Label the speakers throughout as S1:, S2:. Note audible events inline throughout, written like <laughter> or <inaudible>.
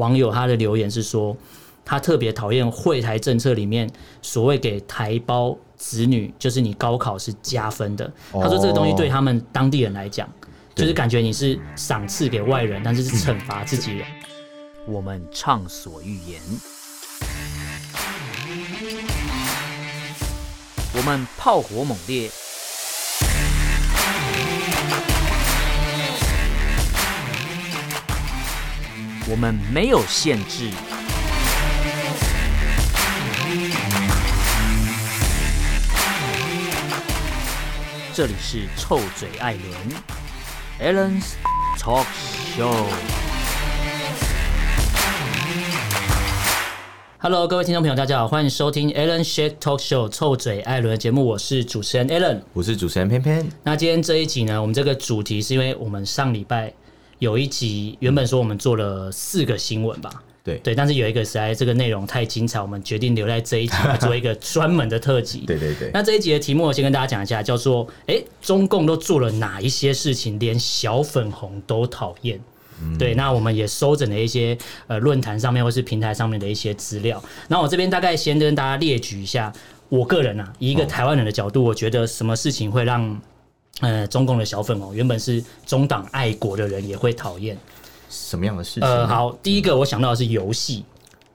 S1: 网友他的留言是说，他特别讨厌惠台政策里面所谓给台胞子女，就是你高考是加分的。
S2: 哦
S1: 他说这个东西对他们当地人来讲，
S2: 对
S1: 就是感觉你是赏赐给外人，但是是惩罚自己人。
S3: 我们畅所欲言；我们炮火猛烈；我们没有限制。这里是臭嘴艾伦 a l l e n s Talk Show。
S1: Hello，各位听众朋友，大家好，欢迎收听 Alan Shake Talk Show 臭嘴艾伦的节目，我是主持人 Alan。
S2: 我是主持人偏偏，
S1: 那今天这一集呢，我们这个主题是因为我们上礼拜有一集，原本说我们做了四个新闻吧，
S2: 对
S1: 对，但是有一个实在这个内容太精彩，我们决定留在这一集来做一个专门的特辑。
S2: 对对对
S1: 那这一集的题目我先跟大家讲一下，叫做“哎、中共都做了哪一些事情，连小粉红都讨厌”。
S2: 嗯
S1: 对，那我们也收整了一些呃论坛上面或是平台上面的一些资料。那我这边大概先跟大家列举一下，我个人啊，以一个台湾人的角度，我觉得什么事情会让呃中共的小粉红，原本是中党爱国的人也会讨厌。
S2: 什么样的事情？
S1: 呃，，好，第一个我想到的是游戏。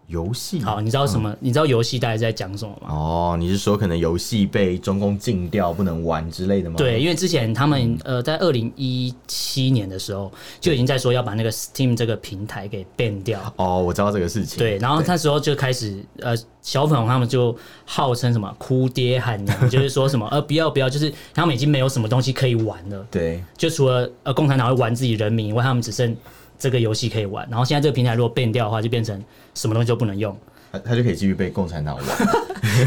S2: 游戏。
S1: 好，你知道什么？你知道游戏大概在讲什么吗？
S2: 哦，你是说可能游戏被中共禁掉，不能玩之类的吗？
S1: 对，因为之前他们呃，在二零一七年的时候就已经在说要把那个 Steam 这个平台给 ban 掉。
S2: 哦，我知道这个事情。
S1: 对，然后那时候就开始，呃，小粉红他们就号称什么哭爹喊娘，就是说什么 <laughs> 呃不要不要，就是他们已经没有什么东西可以玩了，
S2: 对
S1: 就除了呃共产党会玩自己人民以外，他们只剩这个游戏可以玩。然后现在这个平台如果变掉的话，就变成什么东西都不能用。
S2: 他他就可以继续被共产党玩。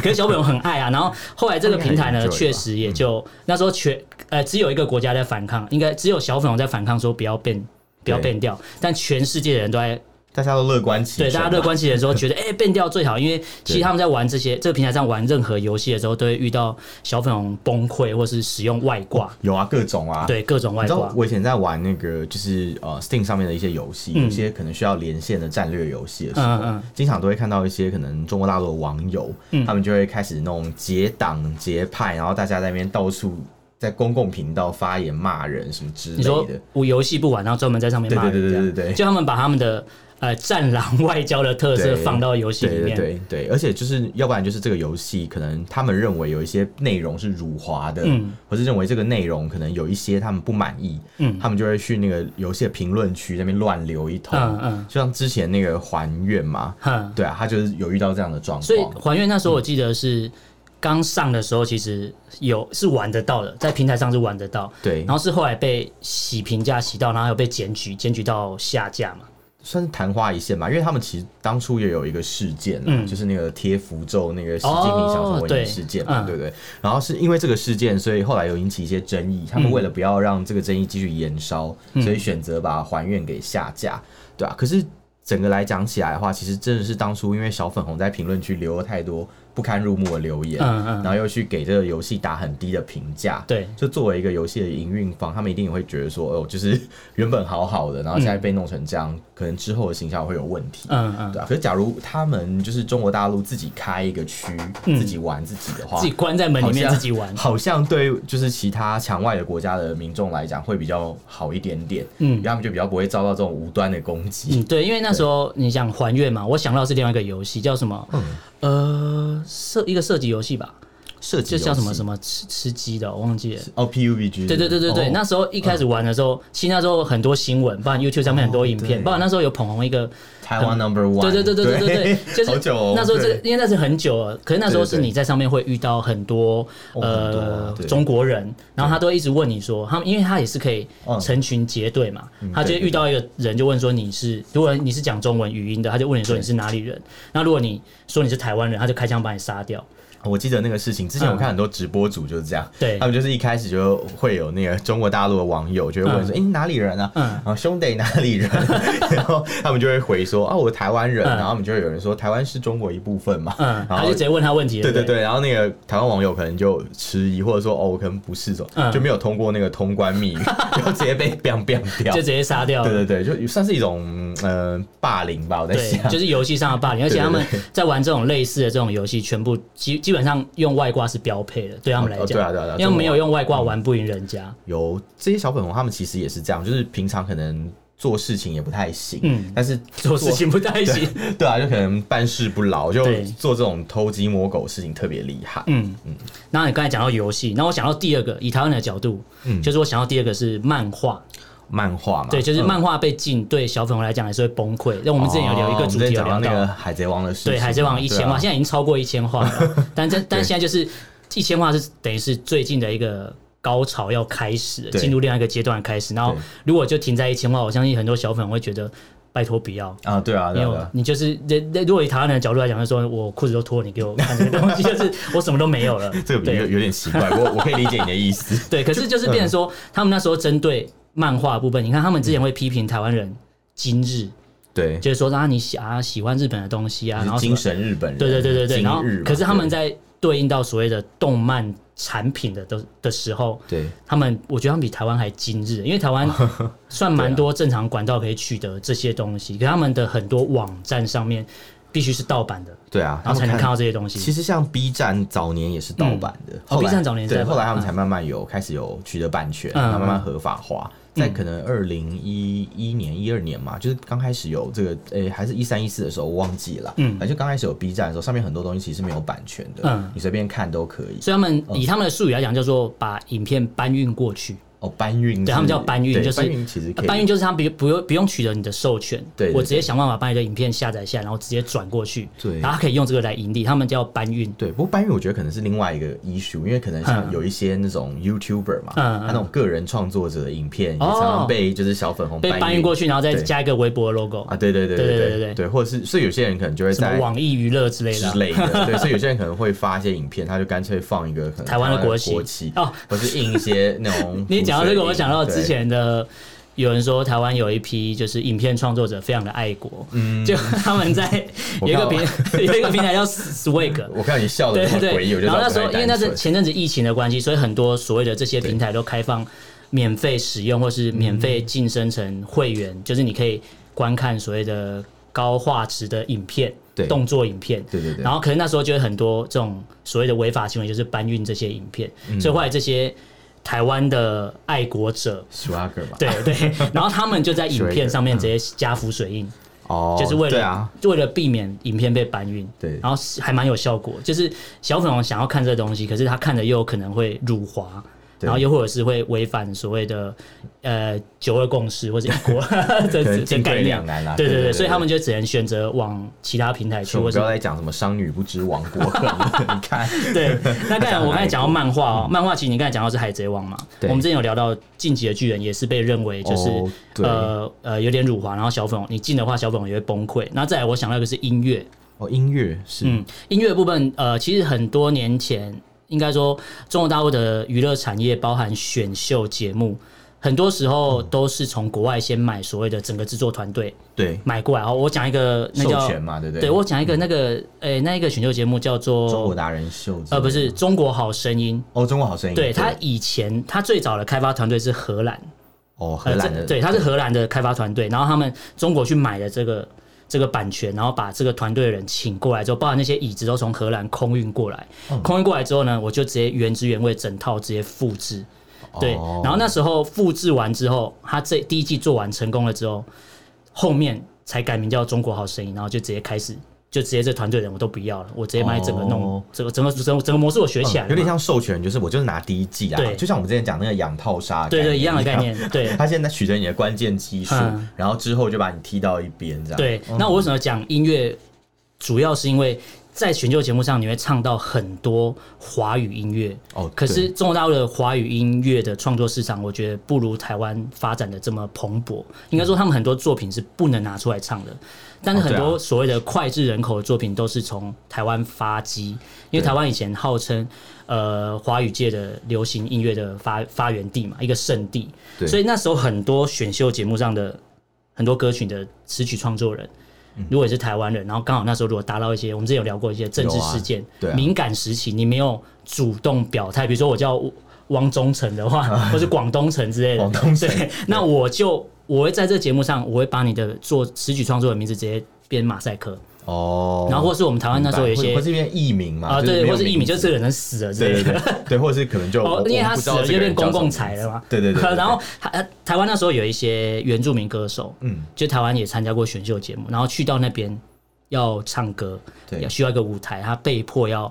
S1: 可是小粉红很爱啊，然后后来这个平台
S2: 他应该
S1: 呢，
S2: 很 enjoy 吧嗯
S1: 确实也就、那时候全呃只有一个国家在反抗，应该只有小粉红在反抗，说不要变不要
S2: 对
S1: 变掉，但全世界的人都在
S2: 大家都乐观啊其
S1: 对，
S2: 成
S1: 大
S2: 嘛
S1: 家乐观其成的时候，觉
S2: <laughs>
S1: 得哎、变掉最好，因为其实他们在玩这些这个平台上玩任何游戏的时候，都会遇到小粉红崩溃，或是使用外挂，
S2: 有啊，各种啊。，
S1: 对各种外
S2: 你知道
S1: 挂。
S2: 我以前在玩那个就是呃 Steam 上面的一些游戏，有些可能需要连线的战略游戏的时候，
S1: 嗯嗯
S2: 经常都会看到一些可能中国大陆的网友，他们就会开始那种结党结派，然后大家在那边到处在公共频道发言骂人什么之
S1: 你
S2: 类
S1: 说
S2: 的。
S1: 我游戏不玩，然后专门在上面
S2: 对
S1: 骂人，
S2: 对对
S1: 这
S2: 对
S1: 样
S2: 对对。
S1: 就他们把他们的呃战狼 <laughs> 外交的特色
S2: 对
S1: 放到游戏里面，
S2: 对对对对，而且就是要不然就是这个游戏可能他们认为有一些内容是辱华的，
S1: 嗯
S2: 或是认为这个内容可能有一些他们不满意，
S1: 嗯
S2: 他们就会去那个游戏的评论区那边乱留一通，
S1: 嗯嗯
S2: 就像之前那个还愿嘛，
S1: 哼。
S2: 对啊，他就是有遇到这样的状
S1: 所以
S2: 况，
S1: 还愿那
S2: 嗯
S1: 时候我记得是刚上的时候，其实有是玩得到
S2: <laughs>
S1: 的，在平台上是玩得到，
S2: 对
S1: 然，后是后来被洗评价洗到，然后有被检举，检举到下架嘛。
S2: 算是昙花一现吧，因为他们其实当初也有一个事件啊，
S1: 嗯哦
S2: 就是那个贴符咒那个习近平想成为
S1: 对
S2: 你事件嘛，
S1: 嗯
S2: 对不对？然后是因为这个事件，所以后来有引起一些争议。他们为了不要让这个争议继续延烧，
S1: 嗯
S2: 所以选择把还愿给下架，对啊，可是整个来讲起来的话，其实真的是当初因为小粉红在评论区留了太多不堪入目的留言，
S1: 嗯嗯
S2: 然后又去给这个游戏打很低的评价，
S1: 对
S2: 就作为一个游戏的营运方，他们一定也会觉得说，哦，就是 <laughs> 原本好好的，然后现在被弄成这样，可能之后的形象会有问题。
S1: 嗯嗯，
S2: 对啊，可是假如他们就是中国大陆自己开一个区，自己玩自己的话，
S1: 嗯自己关在门里面自己玩。
S2: 好像对就是其他墙外的国家的民众来讲会比较好一点点，嗯，他们就比较不会遭到这种无端的攻击。
S1: 嗯，对，因为那时候你想还愿嘛，我想到是另外一个游戏叫什么？
S2: 嗯
S1: 呃，射一个射击游戏吧，
S2: 设计
S1: 就叫什么什
S2: 么
S1: 么吃吃鸡的，我忘记了。
S2: 哦，PUBG，
S1: 对对对对对，
S2: 哦
S1: 那时候一开始玩的时候，其实那时候很多新闻，不然 YouTube 上面很多影
S2: 哦对
S1: 片，不然那时候有捧红一个，
S2: 台湾 Number One，
S1: 对对对对对对对，就
S2: 好
S1: 是
S2: 久哦
S1: 那时候这
S2: 对
S1: 个，因为那是很久了，可是那时候
S2: 对
S1: 是
S2: 对对
S1: 你在上面会遇到很多
S2: 哦很多
S1: 呃
S2: 啊对
S1: 中国人，然后他都一直问你说，他们因为他也是可以
S2: 嗯
S1: 成群结队嘛，他就
S2: 对对
S1: 遇到一个人就问说你是，如果你是讲中文语音的，他就问你说你是哪里人，那如果你说你是台湾人，他就开枪把你杀掉。
S2: 我记得那个事情，之前我看很多直播主就是这样，
S1: 嗯对
S2: 他们就是一开始就会有那个中国大陆的网友就会问说：“哎、你哪里人啊？”
S1: 嗯
S2: 然后兄弟哪里
S1: <laughs>
S2: 人？然后他们就会回说：“啊，我台湾人。
S1: 嗯
S2: 然后他们就会有人说：“台湾是中国一部分嘛？”
S1: 嗯，
S2: 然
S1: 他
S2: 后
S1: 就直接问他问题了，
S2: 对对
S1: 对
S2: 对，然后那个台湾网友可能就迟疑，或者说哦，我可能不是这种，
S1: 嗯
S2: 就没有通过那个通
S1: <laughs>
S2: 关密语，就直接被 biang biang 掉
S1: 就。直接杀掉了。
S2: 对对对，就算是一种呃霸凌吧，我在
S1: 对
S2: 想，。
S1: 就是游戏上的霸凌，而且
S2: 对对
S1: 他们
S2: 对
S1: <laughs> 在玩这种类似的这种游戏，全部基基本上用外挂是标配的，对他们来
S2: 哦哦
S1: 讲，
S2: 对啊对啊对啊
S1: 因为没有
S2: 这
S1: 用外挂玩不赢人家，
S2: 有这些小粉红，他们其实也是这样，就是平常可能做事情也不太行，
S1: 嗯
S2: 但是
S1: 做事情不太行。
S2: <laughs>
S1: <laughs>
S2: 对啊，就可能办事不牢，就
S1: 对
S2: 做这种偷鸡摸狗事情特别厉害。
S1: 嗯嗯。那你刚才讲到游戏，那我想到第二个，以台湾人的角度，
S2: 嗯
S1: 就是我想到第二个是漫画，
S2: 漫画嘛，
S1: 对，就是
S2: 啊嗯
S1: 漫画被禁，对小粉红来讲也是会崩溃。那我们之前有聊一个
S2: 哦我们
S1: 主
S2: 之
S1: 题
S2: 前
S1: 有
S2: 讲
S1: 聊
S2: 到那个
S1: 到，
S2: 《海贼王》的事情嘛，
S1: 对《海贼王》一千
S2: 对
S1: 话，
S2: 啊
S1: 现在已经超过一千话
S2: <laughs>
S1: 了，但这但现在就是一千话是等于是最近的一个。高潮要开始了，
S2: 对
S1: 进入另外一个阶段开始。然后
S2: 对
S1: 如果就停在一千话，我相信很多小粉会觉得，拜托不要，
S2: 啊，对啊，
S1: 因为
S2: 对啊
S1: 我
S2: 对啊，
S1: 你就是人，人如果以台湾人的角度来讲，就说我裤子都脱，你给我看这个东西，
S2: <laughs>
S1: 就是我什么都没有了。
S2: 这个比
S1: 对
S2: 喻嗯有有点奇怪，我我可以理解你的意
S1: <laughs>
S2: 思。
S1: 对，可是就是变成说，他们那时候针对漫画的部分，你看他们之前会批评台湾人今日，
S2: 对，
S1: 就是说啊你喜啊喜欢日本的东西啊，然后
S2: 嗯是
S1: 什么
S2: 精神日本人，
S1: 对对对对对，
S2: 今
S1: 然后
S2: 日嘛
S1: 可是他们
S2: 对
S1: 在对应到所谓的动漫产品的的的时候，
S2: 对
S1: 他们我觉得他们比台湾还今日，因为台
S2: <laughs>
S1: 湾算蛮多正常管道可以取得这些东西，可他们的很多网站上面必须是盗版的，
S2: 对啊，
S1: 然后才能看到这些东西。
S2: 其实像 B 站早年也是盗版的，后
S1: 嗯哦
S2: 来
S1: B 站早年也是
S2: 对，
S1: 盗版
S2: 后来他们才慢慢有、开始有取得版权，
S1: 嗯
S2: 然后慢慢合法化。在可能二零一一年、一二年嘛，就是刚开始有这个，诶、还是一三一四的时候，我忘记了。
S1: 嗯
S2: 嗯，就刚开始有 B 站的时候，上面很多东西其实是没有版权的，
S1: 嗯
S2: 你随便看都可以。
S1: 所以他们以他们的术语来讲，叫做把影片搬运过去。
S2: 哦，搬运是，
S1: 对他们叫搬运
S2: 对
S1: 就是呃
S2: 搬运其实可以，
S1: 搬运就是他们不不用不用取得你的授权，
S2: 对对
S1: 我直接想办法把你的影片下载下来，然后直接转过去，
S2: 对
S1: 然后他可以用这个来盈利，他们叫搬运。
S2: 对，不过搬运我觉得可能是另外一个 issue，因为可能像
S1: 嗯
S2: 有一些那种 YouTuber 嘛，
S1: 嗯嗯
S2: 他那种个人创作者的影片，也
S1: 哦
S2: 常常被就是小粉红
S1: 被搬运过去，然后再加一个微博的 logo，
S2: 啊，对对对
S1: 对对
S2: 对
S1: 对对
S2: 对对，或者是所以有些人可能就会
S1: 什么
S2: 在
S1: 网易娱乐之类的啊
S2: 之，类的，对，所以有些人可能会发一些影片，他就干脆放一个可能
S1: 台湾的国
S2: 国
S1: 旗
S2: 旗
S1: 哦。
S2: 或是印一些那种
S1: <laughs> 你讲到这个，我想到之
S2: 对。
S1: 前的。有人说台湾有一批就是影片创作者非常的爱国，就他们在有
S2: 嗯 <laughs> 我
S1: 一个
S2: 看
S1: 平有一个平台叫 Swag，
S2: 我看到你笑的
S1: 对
S2: 这么
S1: 对
S2: 诡异，我就知
S1: 然
S2: 道
S1: 后那
S2: 不
S1: 时候因
S2: 太
S1: 为那
S2: 单
S1: 是
S2: 纯
S1: 前阵子疫情的关系，所以很多所谓的这些平台都开放免费使用，或是免费
S2: 嗯
S1: 晋升成会员，就是你可以观看所谓的高画质的影片
S2: 对。
S1: 动作影片，
S2: 对对对
S1: 然后可能那时候就有很多这种所谓的违法行为，就是搬运这些影片，
S2: 嗯
S1: 所以后来这些台湾的爱国者，
S2: swagger 嘛，
S1: 对
S2: <laughs>
S1: 对，然后他们就在影
S2: 水嗯
S1: 片
S2: 印
S1: 上面直接加浮水印，
S2: 哦，
S1: 就是为
S2: 对
S1: 了、
S2: 啊，
S1: 为了避免影片被搬运，
S2: 对
S1: 然后是还蛮有效果。就是小粉红想要看这东西，可是他看了又有可能会辱华。
S2: 对
S1: 然后又或者是会违反所谓的呃九二共识或者一
S2: <laughs>
S1: 国的
S2: 能
S1: 的
S2: 进
S1: 概
S2: 退
S1: 念
S2: 两难啦
S1: 对
S2: 对对
S1: 对，
S2: 对
S1: 所以他们就只能选择往其他平台去，
S2: 所以我
S1: 或
S2: 们不
S1: 者
S2: 要再讲什么商女不知亡国
S1: <laughs>
S2: 恨了，你看，
S1: 对。那
S2: <laughs>
S1: 刚才我刚才讲到漫画哦，漫画其实你刚才讲到是海贼王嘛，我
S2: 嗯对
S1: 们之前有聊到《进击的巨人》也是被认为就是
S2: 哦对
S1: 呃呃有点辱华，然后小粉红你进的话小粉红也会崩溃。那再来我想到一个是音乐，
S2: 哦，音乐是，
S1: 嗯，音乐部分，呃，其实很多年前，应该说中国大陆的娱乐产业包含选秀节目，很多时候都是从国外先买所谓的整个制作团队
S2: 对，
S1: 买过来。哦，我讲一个那叫嗯
S2: 授权嘛对不对
S1: 我讲一个那个，诶、那一个选秀节目叫
S2: 中国
S1: 做
S2: 达人秀之类
S1: 哦
S2: 的，
S1: 呃，不是《中国好声音》
S2: 哦，中国好声音，
S1: 嗯对，它以前它最早的开发团队是荷兰，
S2: 哦，
S1: 呃
S2: 荷兰
S1: 这
S2: 的，
S1: 对，它是荷兰的开发团队，然后他们中国去买了这个这个版权，然后把这个团队的人请过来之后，包含那些椅子都从荷兰空运过来，
S2: 嗯
S1: 空运过来之后呢，我就直接原汁原味整套直接复制，对，
S2: 哦
S1: 然后那时候复制完之后，他这第一季做完成功了之后，后面才改名叫中国好声音，然后就直接开始。就直接这团队人我都不要了，我直接把你整个弄，
S2: 哦
S1: 整个整个整个整个模式我学起来了嘛、
S2: 嗯有点像授权，就是我就是拿第一季啊
S1: 对，
S2: 就像我们之前讲那个养套杀，
S1: 对对一样的概。念，对，
S2: <laughs> 他现在取得你的关键技术
S1: 嗯，
S2: 然后之后就把你踢到一边，这样。嗯
S1: 对，那我为什么讲音乐？主要是因为在选秀节目上你会唱到很多华语音乐
S2: 哦
S1: 可是
S2: 对
S1: 中国大陆的华语音乐的创作市场，我觉得不如台湾发展的这么蓬勃。应该说他们很多作品是不能拿出来唱的，但是
S2: 哦
S1: 很
S2: 对啊
S1: 多所谓的脍炙人口的作品都是从台湾发迹，因为台湾以前号称呃华语界的流行音乐的发发源地嘛，一个圣地，
S2: 对
S1: 所以那时候很多选秀节目上的很多歌曲的词曲创作人。
S2: 嗯
S1: 如果也是台湾人，然后刚好那时候如果达到一些，我们之前有聊过一些政治
S2: 有啊
S1: 事件、
S2: 对啊
S1: 敏感时期，你没有主动表态，比如说我叫汪忠诚的
S2: <laughs>
S1: 话，或是广东城之类的，
S2: 广东城
S1: 对， <laughs> 那我就我会在这节目上，我会把你的做词曲创作的名字直接编马赛克，
S2: 哦，
S1: 然后或是我们台湾那时候有一
S2: 明白
S1: 些
S2: 或或这边艺名嘛，
S1: 啊，
S2: 就是
S1: 对，
S2: 没有
S1: 或是艺名，就
S2: 字
S1: 是这个人死了之类
S2: 对
S1: 的。<laughs>
S2: 对对对，或者是可能就我
S1: 哦，因为他死了就变公共财了嘛。
S2: 对对
S1: <laughs>
S2: 对对对
S1: 然后台台湾那时候有一些原住民歌手，
S2: 嗯
S1: 嗯，就台湾也参加过选秀节目，然后去到那边要唱歌，
S2: 对
S1: 要需要一个舞台，他被迫要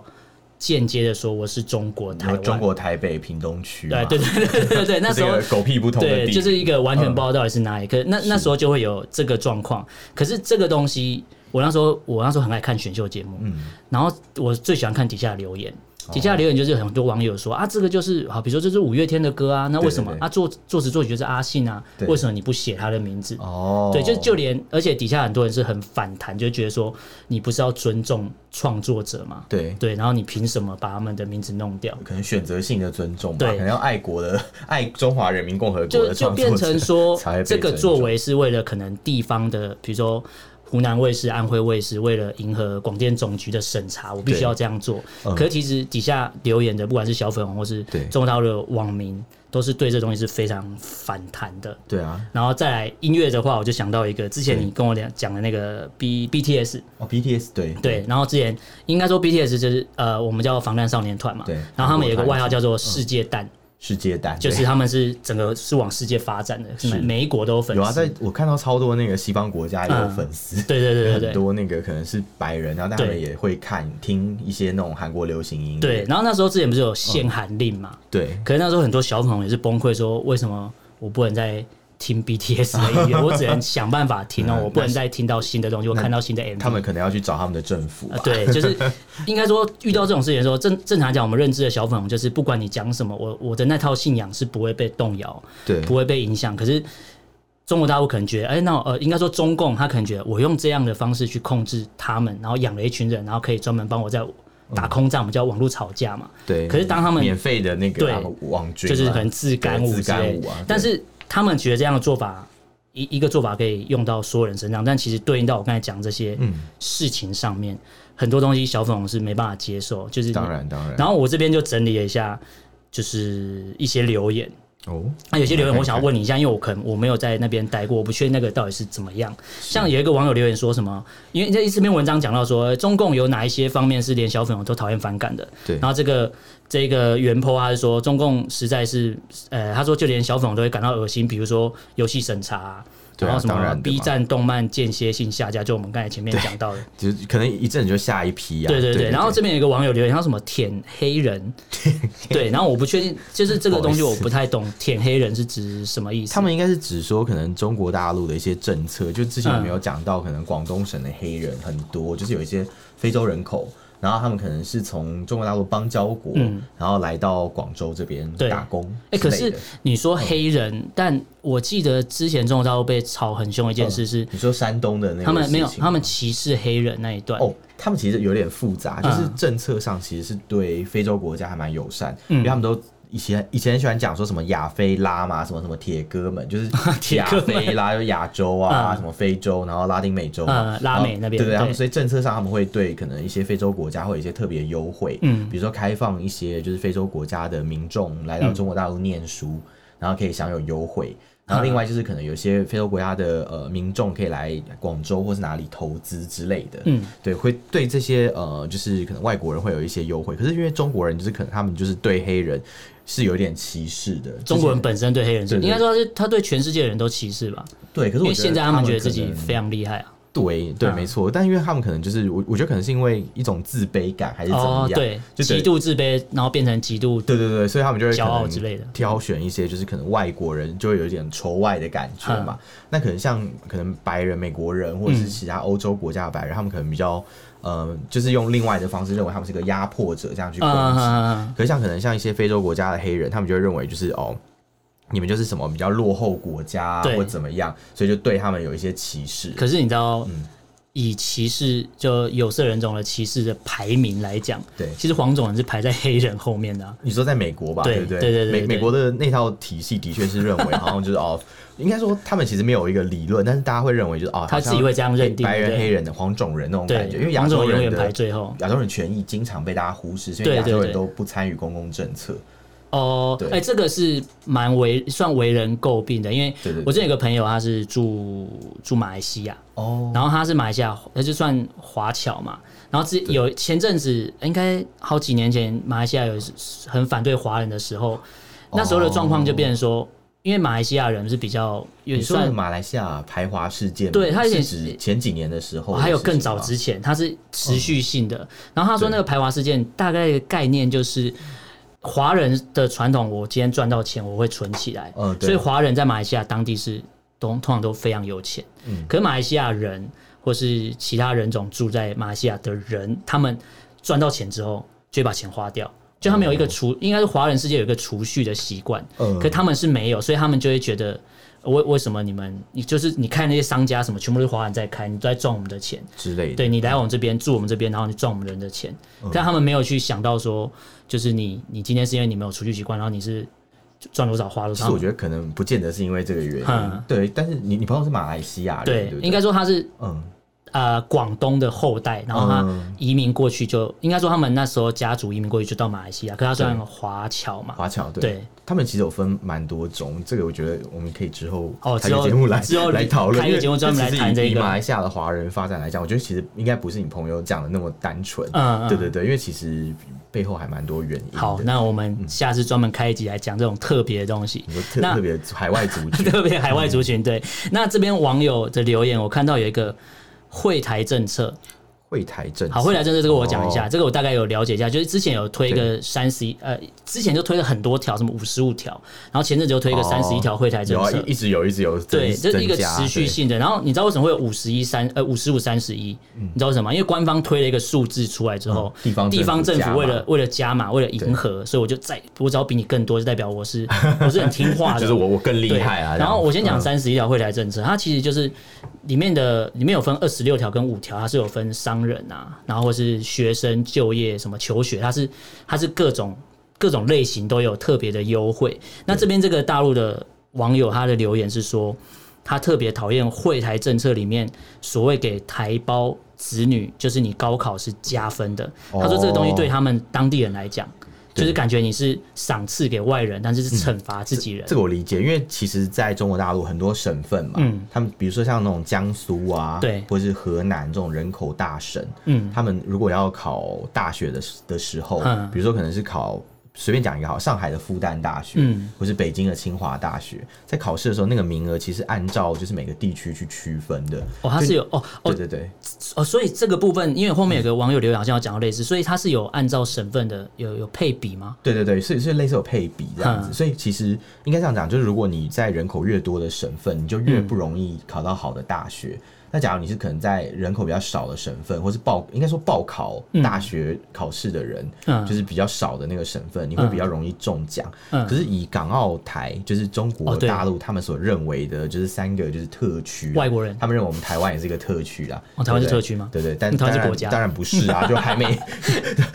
S1: 间接的说我是中国台
S2: 然后
S1: 湾，
S2: 中国台北屏东区嘛，
S1: 对对对对对对，那
S2: 就
S1: 时
S2: 这
S1: 候
S2: 个狗屁不通的
S1: 对，
S2: 地，
S1: 就是一个完全不
S2: 嗯
S1: 知道到底是哪里。可那那时候就会有这个状况。可是这个东西，我那时候我那时候很爱看选秀节目，
S2: 嗯
S1: 然后我最喜欢看底下留言。底
S2: 哦
S1: 下留言就是很多网友说啊，这个就是好，比如说这是五月天的歌啊，那为什么
S2: 对对对
S1: 啊作作词作曲就是阿信啊，
S2: 对
S1: 为什么你不写他的名字？
S2: 哦，
S1: 对，就就连而且底下很多人是很反弹，就觉得说你不是要尊重创作者吗？
S2: 对。
S1: 对，然后你凭什么把他们的名字弄掉？
S2: 可能选择性的尊重吧，
S1: 对
S2: 可能要爱国的 <laughs> 爱中华人民共和国
S1: 就
S2: 的
S1: 就
S2: 创作者
S1: 变成说
S2: 才会，被
S1: 这个
S2: 尊
S1: 作
S2: 重
S1: 为是为了可能地方的，比如说湖南卫视、安徽卫视，为了迎合广电总局的审查，我必须
S2: 对
S1: 要这样做。
S2: 嗯
S1: 可是其实底下留言的，不管是小粉红或是
S2: 对
S1: 中道的网民，都是对这东西是非常反弹的。
S2: 对啊，
S1: 然后再来音乐的话，我就想到一个，之前你跟我讲讲的那个 B BTS，
S2: 哦 BTS 对
S1: 对，然后之前应该说 BTS 就是呃，我们叫防弹少年团嘛，
S2: 对
S1: 然后他们有一个
S2: 防弹
S1: 外号叫做世界蛋，
S2: 世界蛋
S1: 就是
S2: 对
S1: 他们是整个是往世界发展的，是每每一国都有粉丝。
S2: 有啊，在我看到超多那个西方国家也有粉丝，
S1: 对对对对
S2: 很
S1: 对
S2: 多那个可能是白人，然后但他们也会看听一些那种韩国流行音乐，
S1: 对。然后那时候之前不是有限韩令嘛？
S2: 对
S1: 可是那时候很多小粉红也是崩溃，说为什么我不能再听
S2: <laughs>
S1: BTS 的音乐？我只能想办法听哦，
S2: 嗯
S1: 我不能再听到新的东西，我看到新的 MV。
S2: 他们可能要去找他们的政府吧
S1: 啊，
S2: <laughs>
S1: 对，就是应该说遇到这种事情的时候，正正常来讲，我们认知的小粉红就是不管你讲什么，我我的那套信仰是不会被动摇，
S2: 对
S1: 不会被影响。可是中国大陆可能觉得，哎、那我呃，应该说中共他可能觉得，我用这样的方式去控制他们，然后养了一群人，然后可以专门帮我在打空战，我们叫网络吵架嘛，
S2: 对。
S1: 可是当他们
S2: 免费的那个
S1: 对
S2: 他们网军嘛，
S1: 就
S2: 啊
S1: 是可能自干
S2: 对
S1: 五
S2: 自
S1: 之
S2: 干
S1: 类
S2: 五
S1: 的
S2: 啊对
S1: 但是他们觉得这样的做法。一一个做法可以用到所有人身上，但其实对应到我刚才讲这些
S2: 嗯
S1: 事情上面，很多东西小粉红是没办法接受，就是你
S2: 当然当然，
S1: 然后我这边就整理了一下，就是一些留言。
S2: 哦，
S1: 那有些留言我想要
S2: 问
S1: 问你一下，因为我可能我没有在那边待过，我不确定那个到底是怎么样。像有一个网友留言说什么，因为这这篇文章讲到说，中共有哪一些方面是连小粉红都讨厌反感的。
S2: 对
S1: 然后这个这个原 po 他是说，中共实在是，呃，他说就连小粉红都会感到恶心，比如说游戏审查、
S2: 对啊
S1: 然后什
S2: 当然
S1: 么
S2: 的嘛
S1: B 站动漫间歇性下架，就我们刚才前面讲到的。
S2: 就是可能一阵就下一批啊，
S1: 对对
S2: <laughs> 对
S1: 对，然后这边有一个网友留言，他说什么舔黑人，对，然后我不确定，就是这个东西
S2: 不好
S1: 我
S2: 意思
S1: 不太懂，舔黑人是指什么意思？啊
S2: 他们应该是指说，可能中国大陆的一些政策，就之前有没有讲到，可能广东省的黑人很多，就是有一些非洲人口，然后他们可能是从中国大陆邦交国，
S1: 嗯
S2: 然后来到广州这边
S1: 对
S2: 打工
S1: 哎、
S2: 之
S1: 可
S2: 类的。嗯
S1: 是你说黑人，但我记得之前中国大陆被炒很凶一件事是，
S2: 你说山东的那个
S1: 他们没有
S2: 嗯事，情吗
S1: 他们歧视黑人那一段。
S2: 哦，他们其实有点复杂，就是
S1: 嗯
S2: 政策上其实是对非洲国家还蛮友善，
S1: 嗯
S2: 因为他们都。以前以前喜欢讲说什么亚非拉嘛，什么什么铁哥们，就是
S1: <laughs> 铁
S2: 亚
S1: 哥们
S2: 非拉，就亚洲啊，
S1: 嗯
S2: 什么非洲，然后拉丁美洲嘛，
S1: 嗯拉美那边
S2: 然后对对，
S1: 对
S2: 他们所以政策上他们会对可能一些非洲国家会有一些特别优惠，
S1: 嗯
S2: 比如说开放一些就是非洲国家的民众来
S1: 嗯
S2: 到中国大陆念书，然后可以享有优惠，然
S1: 嗯
S2: 后另外就是可能有些非洲国家的呃民众可以来广州或是哪里投资之类的，
S1: 嗯，
S2: 对，会对这些呃，就是可能外国人会有一些优惠，可是因为中国人就是可能他们就是对黑人是有点歧视的，
S1: 中国人
S2: 就是
S1: 本身对黑人是，
S2: 对对
S1: 应该说他是他对全世界的人都歧视吧？
S2: 对，可是
S1: 因
S2: 我
S1: 为
S2: 觉得
S1: 现在他们觉得
S2: 可
S1: 自己
S2: 能
S1: 非常厉害啊。
S2: 对对，
S1: 嗯
S2: 没错。但因为他们可能就是我，我觉得可能是因为一种自卑感还是怎么
S1: 哦，
S2: 样，
S1: 对，
S2: 就觉
S1: 极
S2: 得
S1: 度自卑，然后变成极度
S2: 对对对，所以他们就会可
S1: 骄傲
S2: 能
S1: 之类的
S2: 挑选一些就是可能外国人就会有一点仇外的感觉
S1: 嗯
S2: 嘛。那可能像可能白人、美国人或者是其他欧洲国家的白人，他们可能比较呃，就是用另外的方式认为他们是个压迫者，这样去攻击。
S1: 嗯，
S2: 可是像可能像一些非洲国家的黑人，他们就会认为就是哦，你们就是什么比较落后国家、啊、
S1: 对
S2: 或怎么样，所以就对他们有一些歧视。
S1: 可是你知道
S2: 嗯，
S1: 以歧视就有色人种的歧视的排名来讲，
S2: 对
S1: 其实黄种人是排在黑人后面的啊、
S2: 你说在美国吧，
S1: 对
S2: 不对？
S1: 对对对对
S2: 美美国的那套体系的确是认
S1: <laughs>
S2: 为好像就是哦，应该说他们其实没有一个理论，但是大家会认为就是哦，
S1: 他
S2: 好像
S1: 自己会这样认定
S2: 白人、
S1: 对
S2: 黑人的黄种人那种感觉，因为
S1: 对，
S2: 亚
S1: 黄
S2: 洲
S1: 种人永
S2: 人
S1: 远排
S2: 的。
S1: 最后。
S2: 亚洲人权益经常被大家忽视，所以
S1: 对
S2: 亚洲
S1: 对
S2: 人
S1: 对
S2: 都不参与公共政策。
S1: 哦
S2: 对，
S1: 哎、这个是蛮为算为人诟病的，因为
S2: 对对对
S1: 我之前有个朋友，他是住住马来西亚，
S2: 哦，
S1: 然后他是马来西亚，他就算华侨嘛。然后之有前阵子，应该好几年前，马来西亚有很反对华人的时候，那时候的状况就变成说，因为马来西亚人是比较有
S2: 哦你
S1: 点
S2: 说的
S1: 算，
S2: 马来西亚排华事件，
S1: 对它有
S2: 是
S1: 点
S2: 指前几年的时候的事情吗，
S1: 哦还有更早之前，它是持续性的。然后他说
S2: 对
S1: 那个排华事件大概的概念就是。华人的传统，我今天赚到钱，我会存起来。
S2: 嗯对
S1: 所以华人在马来西亚当地是都通常都非常有钱。
S2: 嗯
S1: 可是马来西亚人或是其他人种住在马来西亚的人，他们赚到钱之后就会把钱花掉，就他们
S2: 哦
S1: 有一个储，应该是华人世界有一个储蓄的习惯，
S2: 嗯
S1: 可他们是没有，所以他们就会觉得。呃为为什么你们你就是你看那些商家什么，全部都是华人在开，你都在赚我们的钱，
S2: 之类的。
S1: 对你来我们这边住我们这边，然后你赚我们人的钱，
S2: 嗯
S1: 但他们没有去想到说，就是你你今天是因为你没有储蓄习惯，然后你是赚多少花多
S2: 其
S1: 少。
S2: 实我觉得可能不见得是因为这个原因
S1: 嗯，
S2: 对。但是你你朋友是马来西亚人，对
S1: 对
S2: 不，对，
S1: 应该说他是
S2: 嗯
S1: 呃广东的后代，然后他
S2: 嗯
S1: 移民过去就，应该说他们那时候家族移民过去就到马来西亚，可他算华侨嘛，
S2: 华侨对
S1: 对，
S2: 他们其实有分蛮多种，这个我觉得我们可以之后
S1: 哦
S2: 开
S1: 之
S2: 个
S1: 后
S2: 节目来
S1: 之后
S2: 来讨论，
S1: 开一个节目专门
S2: 因为
S1: 来谈这个
S2: 其实以以马来西亚的华人发展来讲，我觉得其实应该不是你朋友讲的那么单纯，
S1: 嗯嗯
S2: 对对对，因为其实背后还蛮多原因的。
S1: 好，那我
S2: 嗯
S1: 们下次专门开一集来讲这种特别的东西
S2: 你。说特
S1: 那
S2: 特别海外族
S1: <laughs>
S2: 群，
S1: 特别海外族群对，那这边网友的留言，我看到有一个会台政策，
S2: 会台政策
S1: 好，会台政策这个我讲一下，
S2: 哦
S1: 这个我大概有了解一下，就是之前有推一个三十一，呃，之前就推了很多条，什么五十五条，然后前阵子又推一个
S2: 哦
S1: 三十一条会台政
S2: 有啊，
S1: 策，
S2: 一一直有，一直有增，
S1: 对，这是一个
S2: 增加
S1: 持续。性的。然后你知道为什么会有五十一三呃五十五三十一？你知道为什么吗？因为官方推了一个数字出来之后
S2: 嗯，地方政府
S1: 地方政
S2: 加
S1: 府
S2: 码
S1: 为了为了加码，为了迎合，所以我就再我只要比你更多，就代表我是我是很听话
S2: 对
S1: 的。
S2: <laughs> 就是我我更厉
S1: 对
S2: 害啊！这样
S1: 然后我先讲三十一条会台政策，它其实就是里面的里面有分二十六条跟五条，它是有分商人啊，然后或是学生就业什么求学，它是它是各种各种类型都有特别的优惠。那这边这个大陆的网友他的留言是说，他特别讨厌会台政策里面所谓给台胞。子女就是你高考是加分的，
S2: 哦
S1: 他说这个东西对他们当地人来讲，就是感觉你是赏赐给外人，但是是惩罚自己人。
S2: 嗯这个我理解，因为其实在中国大陆很多省份嘛，
S1: 嗯
S2: 他们比如说像那种江苏啊，
S1: 对
S2: 或者是河南这种人口大省，
S1: 嗯
S2: 他们如果要考大学的时的时候，
S1: 嗯
S2: 比如说可能是考。随便讲一个好，上海的复旦大学，
S1: 嗯
S2: 或是北京的清华大学，在考试的时候，那个名额其实按照就是每个地区去区分的。
S1: 哦，它是有哦
S2: 对
S1: 哦
S2: 对对，
S1: 哦，所以这个部分，因为后面有个网友留言好像有讲到类似，所以它是有按照省份的有有配比吗？
S2: 对对对，所以所以类似有配比这样子，
S1: 嗯
S2: 所以其实应该这样讲，就是如果你在人口越多的省份，你就
S1: 嗯
S2: 越不容易考到好的大学。那假如你是可能在人口比较少的省份，或是报应该说报考大学考试的人，
S1: 嗯
S2: 就是比较少的那个省份，你会比较容易中奖。
S1: 嗯
S2: 可是以港澳台，就是中国
S1: 哦对
S2: 大陆他们所认为的，就是三个就是特区啊、
S1: 外国人
S2: 他们认为我们台湾也是一个特区啊。
S1: 哦台湾是
S2: 对不对
S1: 特区吗
S2: 对对，但
S1: 台湾是
S2: 当然
S1: 国家
S2: 当然不是啊，就还没
S1: <laughs>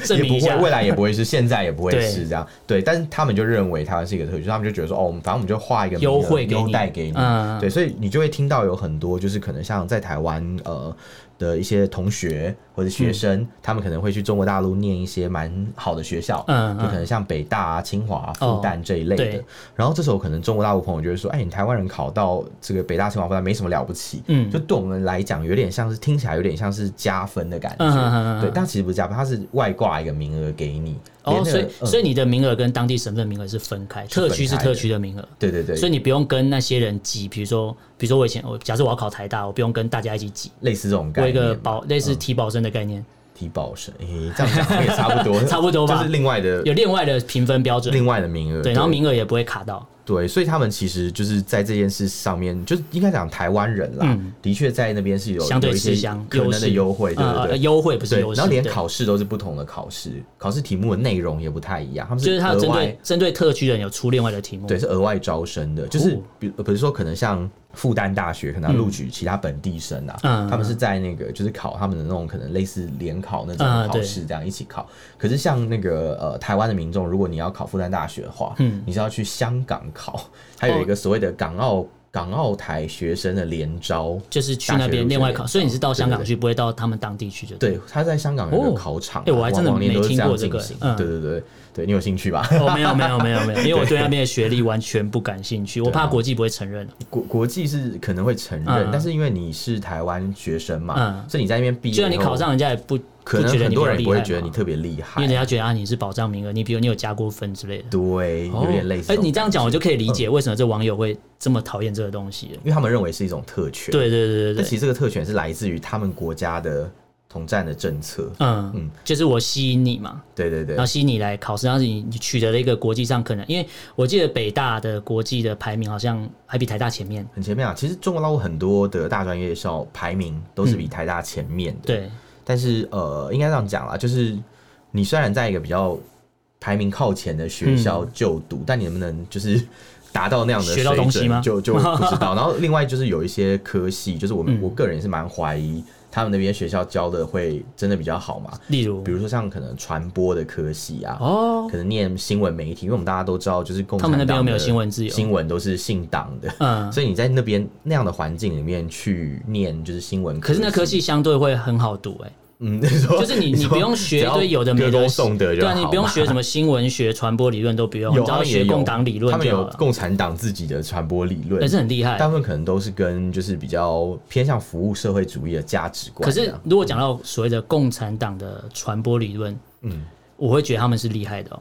S1: 证明一
S2: <laughs> 也
S1: 下
S2: 不会，未来也不会是，现在也不
S1: <laughs>
S2: 会
S1: 对
S2: 是这样。对，但是他们就认为台湾是一个特区，他们就觉得说，哦，我们反正我们就画一个名额
S1: 优惠给你
S2: 优待给你，
S1: 嗯
S2: 对，所以你就会听到有很多就是可能像在台湾呃。的一些同学或者学生，
S1: 嗯
S2: 他们可能会去中国大陆念一些蛮好的学校，
S1: 嗯嗯
S2: 就可能像北大啊、清华啊、
S1: 哦
S2: 复旦这一类的。
S1: 对
S2: 然后这时候可能中国大陆朋友就会说：“哎，你台湾人考到这个北大、清华、复旦没什么了不起。”
S1: 嗯
S2: 就对我们来讲，有点像是听起来有点像是加分的感觉，
S1: 嗯嗯嗯嗯
S2: 对
S1: 嗯，
S2: 但其实不是加分，它是外挂一个名额给你。
S1: 哦，
S2: 连那
S1: 所
S2: 个
S1: 以
S2: 嗯
S1: 所以你的名额跟当地省份名额是分开，
S2: 是分
S1: 特区是
S2: 开
S1: 特
S2: 的
S1: 区的名额，
S2: 对对对，
S1: 所以你不用跟那些人挤，比如说，比如说我以前我假设我要考台大，我不用跟大家一起挤，
S2: 类似这种概
S1: 我有一
S2: 念嘛，嗯
S1: 个保类似提保生的概念，
S2: 提保生，诶、这样讲也差不
S1: <laughs>
S2: 多，
S1: 差不多吧
S2: 就是另外的
S1: 有另外的评分标准，
S2: 另外的名额，
S1: 对，然后名额也不会卡到，
S2: 对，所以他们其实就是在这件事上面，就是应该讲台湾人啦，
S1: 嗯
S2: 的确在那边是有
S1: 相对
S2: 有一些
S1: 吃香
S2: 可能的优惠，对
S1: 呃
S2: 对
S1: 呃
S2: 对。
S1: 优惠不是
S2: 对
S1: 优，势，
S2: 然后连
S1: 对
S2: 考试都是不同的考试，考试题目的内容也不太一样，他们
S1: 就是他有
S2: 额
S1: 针
S2: 外
S1: 对针对特区人有出另外的题目，
S2: 对，是额外招生的，就是
S1: 哦
S2: 比呃比如说可能像复旦大学可能要录取其他本地生啊，
S1: 嗯
S2: 他们是在那个就是考他们的那种可能类似联考那种
S1: 嗯
S2: 考
S1: 对
S2: 试这样一起考。可是像那个呃台湾的民众，如果你要考复旦大学的话，
S1: 嗯哦
S2: 你是要去香港考，还有一个所谓的港澳、港澳台学生的联招。
S1: 就是去那
S2: 大学
S1: 边
S2: 入学
S1: 另外
S2: 联
S1: 考，
S2: 招
S1: 所以你是到香港
S2: 哦对对
S1: 去，不会到他们当地去就对。
S2: 对，他在香港有一
S1: 哦
S2: 个考场啊，
S1: 哎我还真的
S2: 往年
S1: 没
S2: 都是
S1: 听
S2: 样
S1: 过这
S2: 进
S1: 个
S2: 行
S1: 嗯
S2: 对对对，对你有兴趣吧？
S1: 哦，没有没有没有没有，因为我对那边的学历完全不感兴趣，我
S2: 啊
S1: 怕国际不会承认。啊
S2: 国国际是可能会承认，
S1: 嗯
S2: 但是因为你是台湾学生嘛，
S1: 嗯
S2: 所以你在那边毕业，
S1: 就算你考，上，人家也不
S2: 可
S1: 不
S2: 能
S1: 觉得
S2: 很
S1: 你
S2: 多
S1: 比较
S2: 人
S1: 厉
S2: 不
S1: 害
S2: 会
S1: 嘛，
S2: 觉得你特别厉
S1: 因
S2: 害，
S1: 为人家觉得啊你是保障名额，你比如你有加过分之类的。
S2: 对，有点类似。嗯
S1: 哎，你这样讲，我就可以理解为什么这网友会这么讨厌这个东西了。
S2: 因为他们认为是一种特权，，
S1: 对对对对对，
S2: 但其实这个特权是来自于他们国家的统战的政策，
S1: 嗯
S2: 嗯，
S1: 就是我吸引你嘛，
S2: 对对对
S1: 然后，吸引你来考试，然后你你取得了一个国际上可能，因为我记得北大的国际的排名好像还比台大前面。
S2: 很前面啊。其实中国大陆很多的大专院校排名都是比台大前面的，
S1: 对，
S2: 但是呃，应该这样讲啦，就是你虽然在一个比较排名靠前的学校就读，但你能不能就是达到那样的
S1: 学到
S2: 水
S1: 东
S2: 准
S1: 西吗
S2: 就就不
S1: <laughs>
S2: 知道。然后另外就是有一些科系，就是我
S1: 嗯
S2: 们、我个人是蛮怀疑他们那边学校教的会真的比较好嘛？
S1: 例如
S2: 比如说像可能传播的科系啊。
S1: 哦，
S2: 可能念新闻媒体，因为我们大家都知道，就是共
S1: 他
S2: 产
S1: 们
S2: 党
S1: 那
S2: 的
S1: 边有没有新闻自由
S2: 新闻都是姓党的，
S1: 嗯，
S2: 所以你在那边那样的环境里面去念就是新闻，
S1: 可是那科系相对会很好读哎、
S2: <laughs> 嗯，你说
S1: 就是你你
S2: 说
S1: 不用学一堆有的没
S2: 只要歌
S1: 的，
S2: 功颂德就
S1: 对啊，
S2: 好
S1: 你不用
S2: 嘛
S1: 学什么新闻学、传播理论都不用，
S2: 有
S1: 你只要
S2: 他们也
S1: 学
S2: 有
S1: 共党理
S2: 他
S1: 论
S2: 们
S1: 就
S2: 有
S1: 好了。
S2: 共产党自己的传播理论
S1: 但，是很厉害
S2: 大。部分可能都是跟就是比较偏向服务社会主义的价值观
S1: 可
S2: 啊。
S1: 是如果讲到所谓的共产党的传播理论，嗯，我会觉得他们是厉害的、哦，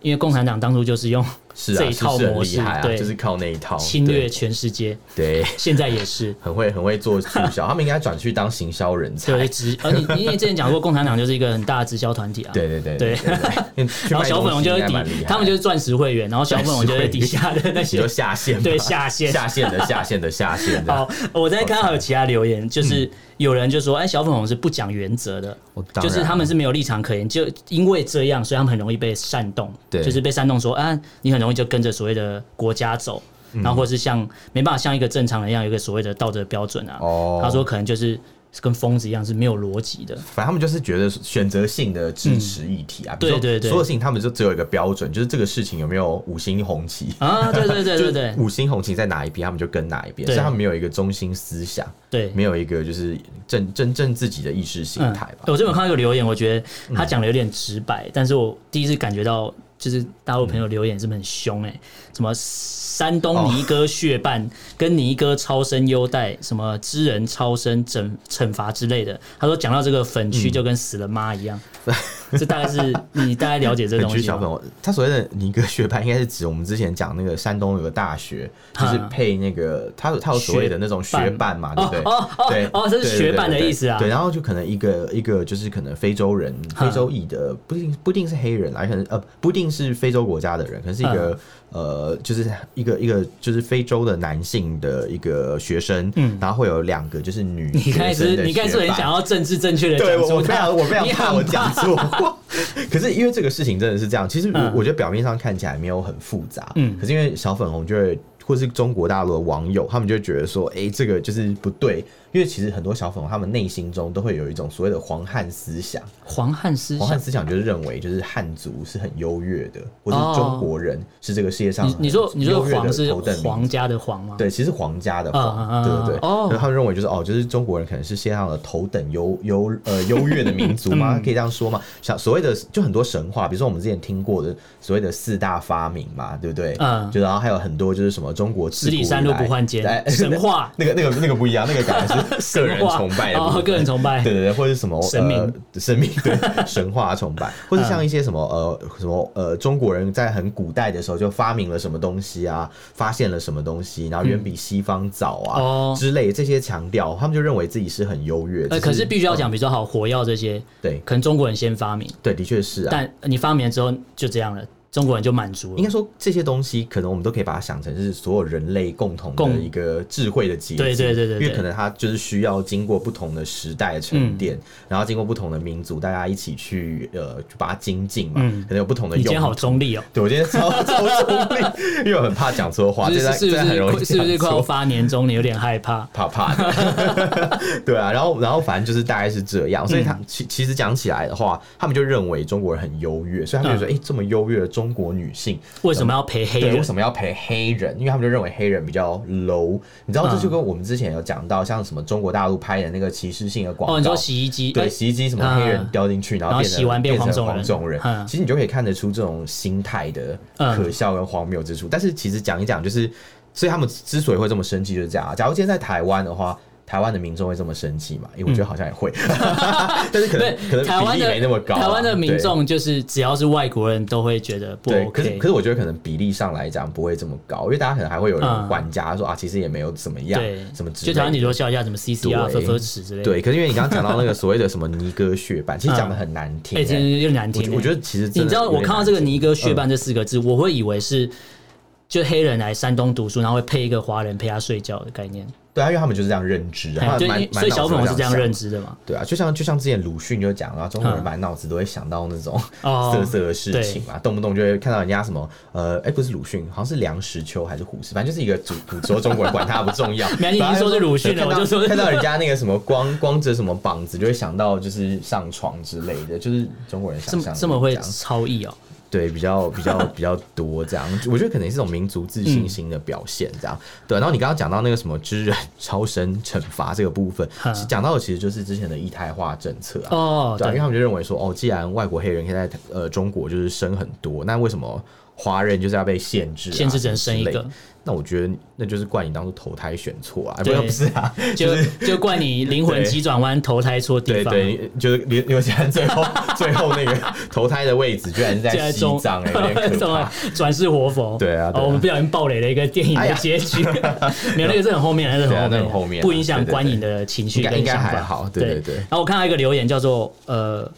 S1: 因为共产党当初就是用
S2: 是
S1: 这
S2: 啊，
S1: 一
S2: 是是
S1: 套
S2: 很
S1: 模
S2: 厉
S1: 式
S2: 害啊，
S1: 对
S2: 就是靠那一套
S1: 侵略
S2: 对
S1: 全世界，
S2: 对，
S1: 现在也
S2: <laughs>
S1: 是。
S2: 很会很会做促销，他们应该转去当行销人才。
S1: 对，直而你因为之前讲过，共产党就是一个很大的直销团体啊。
S2: 对对对
S1: 对 <laughs>
S2: 对，
S1: 然后小粉红就会
S2: 抵
S1: 抵，，他们就是是钻石会员，然后小粉红就会底下的那
S2: 你
S1: 些
S2: 说下线吧，
S1: 对下线
S2: 下线的下线的下线的。
S1: 好，呃我在看还有其他留言，就是有人就说，哎，小粉红是不讲原则的
S2: 嗯我，当然
S1: 就是他们是没有立场可言，就因为这样，所以他们很容易被煽动，
S2: 对
S1: 就是被煽动说，啊，你很容易就跟着所谓的国家走。
S2: 嗯
S1: 然后或是像没办法像一个正常人一样有一个所谓的道德标准啊，
S2: 哦
S1: 他说可能就是跟疯子一样是没有逻辑的，
S2: 反正他们就是觉得选择性的支持议题啊，比如说
S1: 对对对
S2: 所有事情他们就只有一个标准，就是这个事情有没有五星红旗。
S1: 啊，对对对对对
S2: 五星红旗在哪一边，他们就跟哪一边，
S1: 对
S2: 所以他们没有一个中心思想，
S1: 对，
S2: 没有一个就是真真正自己的意识形态吧。
S1: 嗯
S2: 嗯
S1: 我这边有看到一个留言，我觉得他讲的有点直白，但是我第一次感觉到，就是大陆朋
S2: 嗯
S1: 友留言是不是很凶哎、什么山东
S2: 哦
S1: 尼哥血办、跟尼哥超生优待，什么知人超生惩惩罚之类的。他说讲到这个粉
S2: 嗯
S1: 区就跟死了妈一样，这大概
S2: <laughs>
S1: 是你大概了解这
S2: 本
S1: 东
S2: 区
S1: 西
S2: 小朋
S1: 吗。
S2: 友，他所谓的尼哥学派，应该是指我们之前讲那个山东有个大学，就是
S1: 哈
S2: 配那个他有他有所谓的那种学伴嘛，对
S1: 哦
S2: 不对？
S1: 哦哦
S2: 对
S1: 哦这是
S2: 对对
S1: 学伴的
S2: 对对
S1: 意思啊
S2: 对，然后就可能一个一个就是可能非洲人、
S1: 哈
S2: 非洲裔的，不一定不一定是黑人啦，可能呃不一定是非洲国家的人，可能是一个呃就是一个一个就是非洲的男性的一个学生，嗯，然后会有两个就是女
S1: 你
S2: 学
S1: 开
S2: 生
S1: 始
S2: 的
S1: 你开始
S2: 学
S1: 很
S2: 伴
S1: 想要政治正确的
S2: <laughs> 对，
S1: 讲
S2: 我
S1: 出
S2: 我非
S1: 它，
S2: 常我非常
S1: 你
S2: 怕
S1: 很
S2: 我讲错 <laughs> 话。可是因为这个事情真的是这样，其实我、
S1: 嗯
S2: 我觉得表面上看起来没有很复杂，
S1: 嗯
S2: 可是因为小粉红就会。或是中国大陆的网友，他们就会觉得说，哎、这个就是不对，因为其实很多小粉红他们内心中都会有一种所谓的黄汉思想，
S1: 黄汉思
S2: 黄汉
S1: 想，
S2: 思想就是认为就是汉族是很优越的，或是
S1: 哦
S2: 中国人是这个世界上
S1: 你你说你说
S2: 优越的
S1: 黄是
S2: 头等民族
S1: 皇家的皇吗？，
S2: 对，其实皇家的
S1: 嗯
S2: 皇，
S1: 嗯
S2: 对对对，
S1: 嗯嗯
S2: 然后他们认为就是哦，就是中国人可能是世界上的头等优优呃优越的民族
S1: 嗯
S2: 嘛， <laughs> 可以这样说嘛？像所谓的就很多神话，比如说我们之前听过的所谓的四大发明嘛，对不对？
S1: 嗯
S2: 就然后还有很多就是什么中国自
S1: 十里
S2: 古
S1: 山
S2: 以
S1: 路
S2: 来
S1: 不换
S2: 哎。
S1: 肩，神话
S2: <laughs> 那个那个那个不一样，那个感觉是个人
S1: <laughs> 神话
S2: 崇拜的部
S1: 哦，
S2: 分
S1: 个人崇拜，
S2: 对对对，或者是什么
S1: 神明、嗯
S2: 呃、 <laughs> 神明对神话崇拜，或者像一些什么呃什么呃中国人在很古代的时候就发明了什么东西啊，发现了什么东西，然后远比西方早啊、
S1: 嗯哦
S2: 之类这些强调，他们就认为自己是嗯很优越。
S1: 呃，
S2: 只
S1: 可是必须要讲，比如说好火药这些，
S2: 对
S1: 可能中国人先发明，
S2: 对，的确是啊。
S1: 但你发明了之后就这样了，中国人就满足了
S2: 应该。说这些东西，可能我们都可以把它想成是所有人类共同的
S1: 共
S2: 一个智慧的结晶。
S1: 对对对对对
S2: 因为可能它就是需要经过不同的时代沉淀，
S1: 嗯
S2: 然后经过不同的民族，大家一起去呃去把它精进嘛。
S1: 嗯
S2: 可能有不同的
S1: 你今
S2: 用
S1: 天好
S2: 途。
S1: 中立哦，
S2: 对，我今天超超中立，
S1: <laughs>
S2: 因为我很怕讲错话，
S1: 是
S2: 这段
S1: 是
S2: 这
S1: 是
S2: 段很容
S1: 不
S2: 易
S1: 是是不是
S2: 讲
S1: 快要
S2: 错
S1: 发年终，你有点害怕？
S2: 怕怕的， <laughs> 对啊，然后然后反正就是大概是这样，所以他
S1: 嗯
S2: 其其实讲起来的话，他们就认为中国人很优越，所以他们就
S1: 嗯
S2: 说，哎，这么优越的中国女性，
S1: 为什么要陪黑
S2: 嗯对，为
S1: 人？
S2: 什么要陪黑人？因为他们就认为黑人比较 low。你知道，这就跟我们之前有讲到，像什么中国大陆拍的那个歧视性的广告，
S1: 哦，你说洗衣机？
S2: 对
S1: 哎
S2: 洗衣机什么黑人
S1: 嗯
S2: 掉进去，然后
S1: 然后
S2: 变成
S1: 洗完变
S2: 成
S1: 黄种人
S2: 黄种人
S1: 嗯，
S2: 其实你就可以看得出这种心态的可笑跟荒谬之处。但是其实讲一讲，就是所以他们之所以会这么生气，就是这样啊。假如今天在台湾的话。台湾的民众会这么生气嘛？因为我觉得好像也会， <laughs> 但是可能可能
S1: 嗯对，台湾
S2: 比例
S1: 的
S2: 没那么高啊。
S1: 台湾的民
S2: 对
S1: 众就是只要是外国人都会觉得不
S2: 对，可是
S1: OK
S2: 可。是我觉得可能比例上来讲不会这么高，因为大家可能还会有人
S1: 嗯
S2: 玩家说、啊，其实也没有怎么样，
S1: 对，
S2: 什么之
S1: 就台湾
S2: 类
S1: 你
S2: 的。
S1: 说笑一下什么 CCR、
S2: 对
S1: 分分尺之类的，
S2: 对，可是因为你刚刚讲到那个所谓的什么尼哥血斑，其实讲的很难听、
S1: 哎，真
S2: 欸
S1: 的有点难听
S2: 我
S1: 欸。
S2: 我觉得其实真的
S1: 你知道
S2: 有点
S1: 我看到这个
S2: 难嗯听
S1: 尼哥血斑这四个字，我会以为是就黑人来山东读书，然后会配一个华人陪他睡觉的概念，
S2: 对啊，因为他们就是这样认知啊，他
S1: 哎
S2: 们
S1: 就
S2: 满
S1: 因所以小粉红是这样认。
S2: 满脑子
S1: 知
S2: 都想
S1: 的嘛？
S2: 对啊，就像就像之前鲁迅就讲啊，中国人
S1: 嗯
S2: 满脑子都会想到那种
S1: 哦
S2: 色色的事情嘛，动不动就会看到人家什么呃，哎、不是鲁迅，好像是梁实秋还是胡适，反正就是一个主 <laughs> 主说中国人，管他不
S1: <laughs>
S2: 重要。
S1: 没关系你已经说是鲁迅了
S2: 反正
S1: 我就说是
S2: 看到看到人家那个什么光光着什么膀子，就会想到就是上床之类的，就是中国人
S1: 这
S2: 想
S1: 么
S2: 象
S1: 这么会
S2: 样
S1: 超意哦，
S2: 对，比较比
S1: <laughs>
S2: 较比较多这样，我觉得可能是一种民族自信心的表现这样。对，然后你刚刚讲到那个什么知人超生惩罚这个部分，
S1: 嗯
S2: 其实讲到的其实就是之前的一胎化政策啊。
S1: 哦，
S2: 对啊，因为
S1: 对，
S2: 他们就认为说，哦，既然外国黑人可以在呃中国就是生很多，那为什么华人就是要被限制、啊？
S1: 限制只能生一
S2: 什么之
S1: 个
S2: 类的。，那我觉得那就是怪你当初投胎选错啊，哎不
S1: 对
S2: 是不是
S1: <laughs>
S2: 啊，
S1: 就就怪你灵魂
S2: 对
S1: 急转弯，投胎错地
S2: 对
S1: 方。
S2: 对，就是刘刘先生最后 <laughs> 最后那个投胎的位置居然是
S1: 现
S2: 在
S1: 在 <laughs>
S2: 西
S1: 中
S2: 藏、哎，有点可怕。
S1: 转世活佛。
S2: 对啊对啊
S1: 哦，我们不小心暴雷了一个电影
S2: 哎
S1: 的
S2: 呀
S1: 结
S2: <laughs>
S1: 局，没有那个是很后面，那是
S2: 对啊
S1: 很
S2: 那很后面啊
S1: 不影响
S2: 对对对
S1: 观影的情绪
S2: 应该
S1: 跟
S2: 应该
S1: 想
S2: 还
S1: 法。
S2: 好对对对
S1: 然后我看到一个留言叫做呃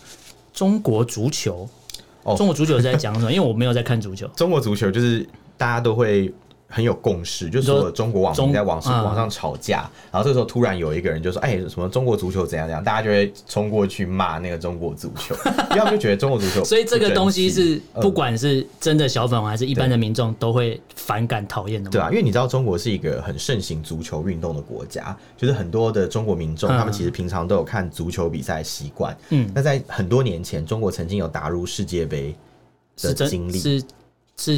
S1: 中国足球。
S2: 哦
S1: 中国足球是在讲什么？因 <laughs> 为我没有在看足球，
S2: 中国足球就是大家都会很有共识，就是
S1: 说
S2: 所有中国网民
S1: 中
S2: 在网上、
S1: 嗯
S2: 网上吵架，然后这个时候突然有一个人就说：“哎、什么中国足球怎样怎样？”大家就会冲过去骂那个中国足
S1: <laughs>
S2: 球，因为他们就觉得中国足球，
S1: 所以这个东西是
S2: 嗯
S1: 不管是真的小粉红还是一般的民众都会反感讨厌的嘛。
S2: 对啊，因为你知道中国是一个很盛行足球运动的国家，就是很多的中国民众，
S1: 嗯
S2: 他们其实平常都有看足球比赛的习惯。
S1: 嗯
S2: 那在很多年前，中国曾经有打入世界杯的
S1: 是
S2: 经
S1: 真
S2: 历，
S1: 是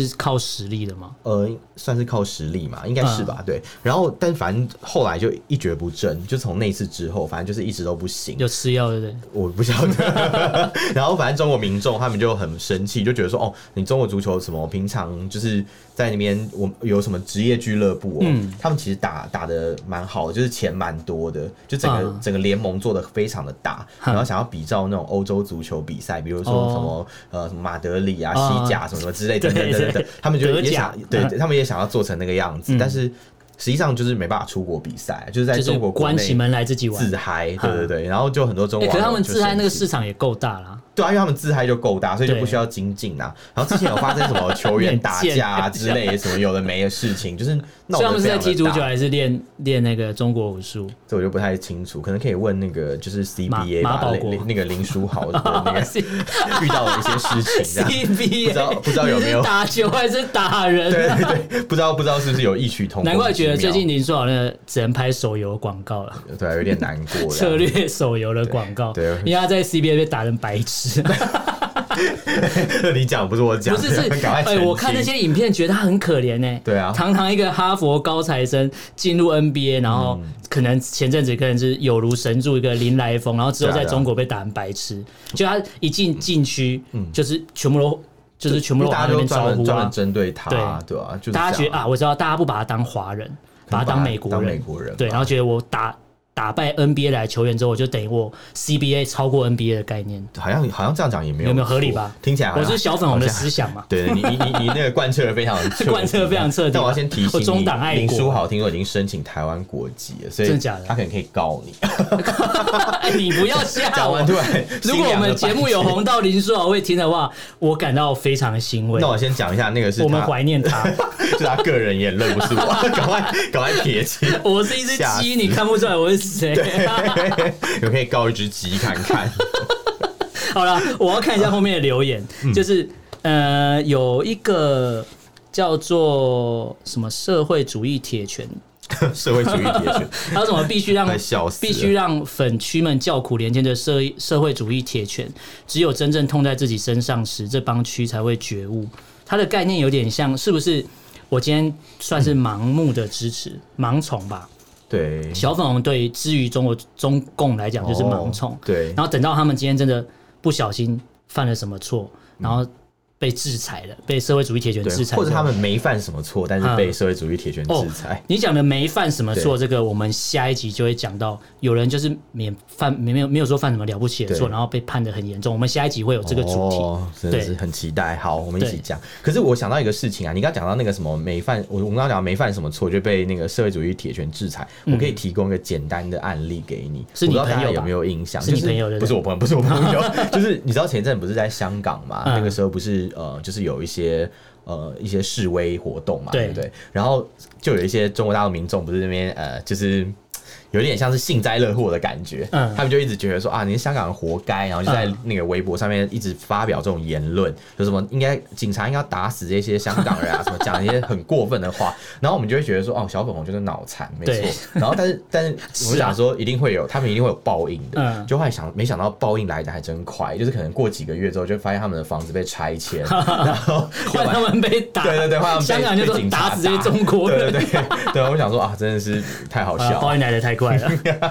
S1: 是靠实力的吗？
S2: 呃，算是靠实力嘛，应该是吧？对。然后，但反正后来就一蹶不振，就从那次之后，反正就是一直都不行。
S1: 有吃药对不对？
S2: 我不晓得。 <laughs> 然后，反正中国民众他们就很生气，就觉得说：“哦，你中国足球什么平常就是在那边，我有什么职业俱乐部、哦，
S1: 嗯
S2: 他们其实打打的蛮好的，就是钱蛮多的，就整个、
S1: 啊
S2: 整个联盟做的非常的大，然后想要比照那种欧洲足球比赛，比如说
S1: 哦
S2: 什么、呃什么马德里啊、
S1: 啊
S2: 西甲什么什么之类等等
S1: 对
S2: 等
S1: 对
S2: 等等，他们就
S1: 德
S2: 也
S1: 甲啊嗯
S2: 想对，对他们也想要做成那个样子，但是实际上就是没办法出国比赛，就是在
S1: 就
S2: 中
S1: 是
S2: 国国
S1: 关起
S2: 内
S1: 门来自己玩。
S2: 自嗨，对对对，然后就很多中
S1: 欸
S2: 国网友就生气、
S1: 可是他们自嗨那个市场也够大啦，
S2: 对啊，因为他们自嗨就够大，所以就
S1: 对
S2: 不需要精进啊。然后之前有发生什么球员打
S1: <laughs>
S2: 架啊
S1: 很
S2: 之类的，什么有的没的事情，就是
S1: <laughs>
S2: 闹
S1: 所以他
S2: 得
S1: 们是
S2: 非
S1: 在
S2: 常
S1: 踢
S2: 的
S1: 足球
S2: 大。
S1: 还是练练那个中国武
S2: <laughs>
S1: 术？
S2: 这我就不太清楚，可能可以问那个就是 CBA
S1: 马马
S2: 吧，
S1: 保国哦
S2: 林林那个林书
S1: <laughs>
S2: 豪的那个 <laughs> 遇到的一些事情，这样
S1: CBA
S2: 不知道不知道有没有
S1: 你是打球还是打
S2: <laughs> 对
S1: 人啊？
S2: 对对，不知道不知道是不是有异曲同工之妙。
S1: 难怪觉得最近林书豪那个只能拍手游广告了。
S2: 对啊有点难
S1: <laughs>
S2: 过这
S1: 策
S2: 样。
S1: 略手游的广告，
S2: 对对啊
S1: 因为他在 CBA 被打成白痴，
S2: <laughs> 你讲不是我讲，，
S1: 不是是
S2: 啊 <laughs> 赶快
S1: 哎，
S2: 澄清
S1: 我看那些影片觉得他很可怜呢。
S2: 对啊
S1: 堂堂一个哈佛高材生进入 NBA，然后
S2: 嗯
S1: 可能前阵子可能是有如神助一个林来疯，然后之后
S2: 对啊
S1: 在
S2: 对啊
S1: 中国被打成白痴，就他一进禁区，就是全部都就是全部
S2: 因
S1: 都
S2: 为
S1: 往他那
S2: 嗯大家都
S1: 边
S2: 专
S1: 招
S2: 门
S1: 呼
S2: 专门
S1: 啊，
S2: 针对他啊，对啊，就是
S1: 大家觉
S2: 这
S1: 得
S2: 样
S1: 啊，我知道大家不把他当华人，把他
S2: 把他
S1: 当美国
S2: 当
S1: 人，
S2: 美国人
S1: 对，
S2: 吧
S1: 然后觉得我打打败 NBA 来球员之后，我就等于我 CBA 超过 NBA 的概念。
S2: 好像好像这样讲也没有
S1: 有没有合理
S2: 错
S1: 吧
S2: 听起来好
S1: 我
S2: 像
S1: 是小粉红的
S2: 好像。
S1: 思想嘛 <laughs>
S2: 对你你你你那个贯彻的非常彻底
S1: 贯彻非常彻底啊
S2: 但我要先提醒
S1: 我
S2: 你，
S1: 中党爱国
S2: 林书豪听说已经申请台湾国籍了，所以
S1: 真的假的
S2: 他可能可以告你。
S1: 哎，你不要 <laughs> 吓
S2: 讲
S1: 我
S2: 完。突然，
S1: 如果我们节目有
S2: 心凉了半天，
S1: 红到林书豪会听的话，我感到非常的欣慰
S2: 那。我先讲一下那个是
S1: 我们
S2: 他
S1: 怀念
S2: <laughs>
S1: 他。
S2: 是他个人言论，不是我，
S1: <laughs>
S2: 赶快赶快撇清。
S1: 我是一只
S2: 吓死
S1: 鸡，你看不出来我是谁。
S2: 有可以告一只鸡看看， <laughs>
S1: 好了，我要看一下后面的留言，
S2: 嗯
S1: 就是呃，有一个叫做什么社会主义铁拳，
S2: 社会主义铁拳，
S1: <laughs> 还有什么必须让
S2: <laughs> 快笑死了
S1: 必须让粉区们叫苦连天的社社会主义铁拳，只有真正痛在自己身上时，这帮区才会觉悟。它的概念有点像，是不是？我今天算是盲目的支持，盲从吧。
S2: 对，
S1: 小粉红对于之于中国中共来讲就是盲从，
S2: 哦对，
S1: 然后等到他们今天真的不小心犯了什么错，然后被制裁了，被社会主义铁拳制
S2: 对，
S1: 裁，嗯
S2: 或者他们。没犯什么错，但是被社会主义铁拳
S1: 哦
S2: 制裁。
S1: 你讲的没犯什么错，
S2: 对
S1: 这个我们下一集就会讲到。有人就是免犯没没有没有说犯什么了不起的错，
S2: 对
S1: 然后被判的很严重。我们下一集会有这个主题。
S2: 哦、真的
S1: 对
S2: 是很期待。好，我们一起
S1: 对
S2: 讲。可是我想到一个事情啊，你刚刚讲到那个什么没犯，我我们刚刚讲没犯什么错就被那个社会主义铁拳制裁，我可以提供一个简单的案例给你，
S1: 嗯是
S2: 我
S1: 你
S2: 不知道大
S1: 朋
S2: 家
S1: 友
S2: 有
S1: 吧
S2: 没有印象？
S1: 是你
S2: 就
S1: 朋友对不对
S2: 不是我朋友，不是我朋
S1: <laughs>
S2: 友，就是你知道前阵不是在香港嘛？
S1: 嗯
S2: 那个时候不是呃，就是有一些。呃，一些示威活动嘛，
S1: 对
S2: 对不对？然后就有一些中国大陆民众不是那边呃，就是有点像是幸灾乐祸的感觉，
S1: 嗯
S2: 他们就一直觉得说啊，你是香港人活该，然后就在
S1: 嗯
S2: 那个微博上面一直发表这种言论，就什么应该警察应该要打死这些香港人
S1: <laughs>
S2: 啊，什么讲一些很过分的话，然后我们就会觉得说哦，小粉红就是脑残，没
S1: 对
S2: 错。然后但是但是
S1: 是啊 <laughs>
S2: 我们想说一定会有，他们一定会有报应的，
S1: 嗯
S2: 就后来想没想到报应来的还真快，就是可能过几个月之后就发现他们的房子被
S1: <laughs>
S2: 拆迁，然后
S1: 换他们被打，
S2: 对对对，换他们被
S1: 香港就
S2: 被
S1: 说
S2: 警察
S1: 打死这些中国人，
S2: 对对对，对，我想说啊，真的是太好笑
S1: 啊，
S2: 了。
S1: 报应来的太
S2: <laughs>
S1: 快了。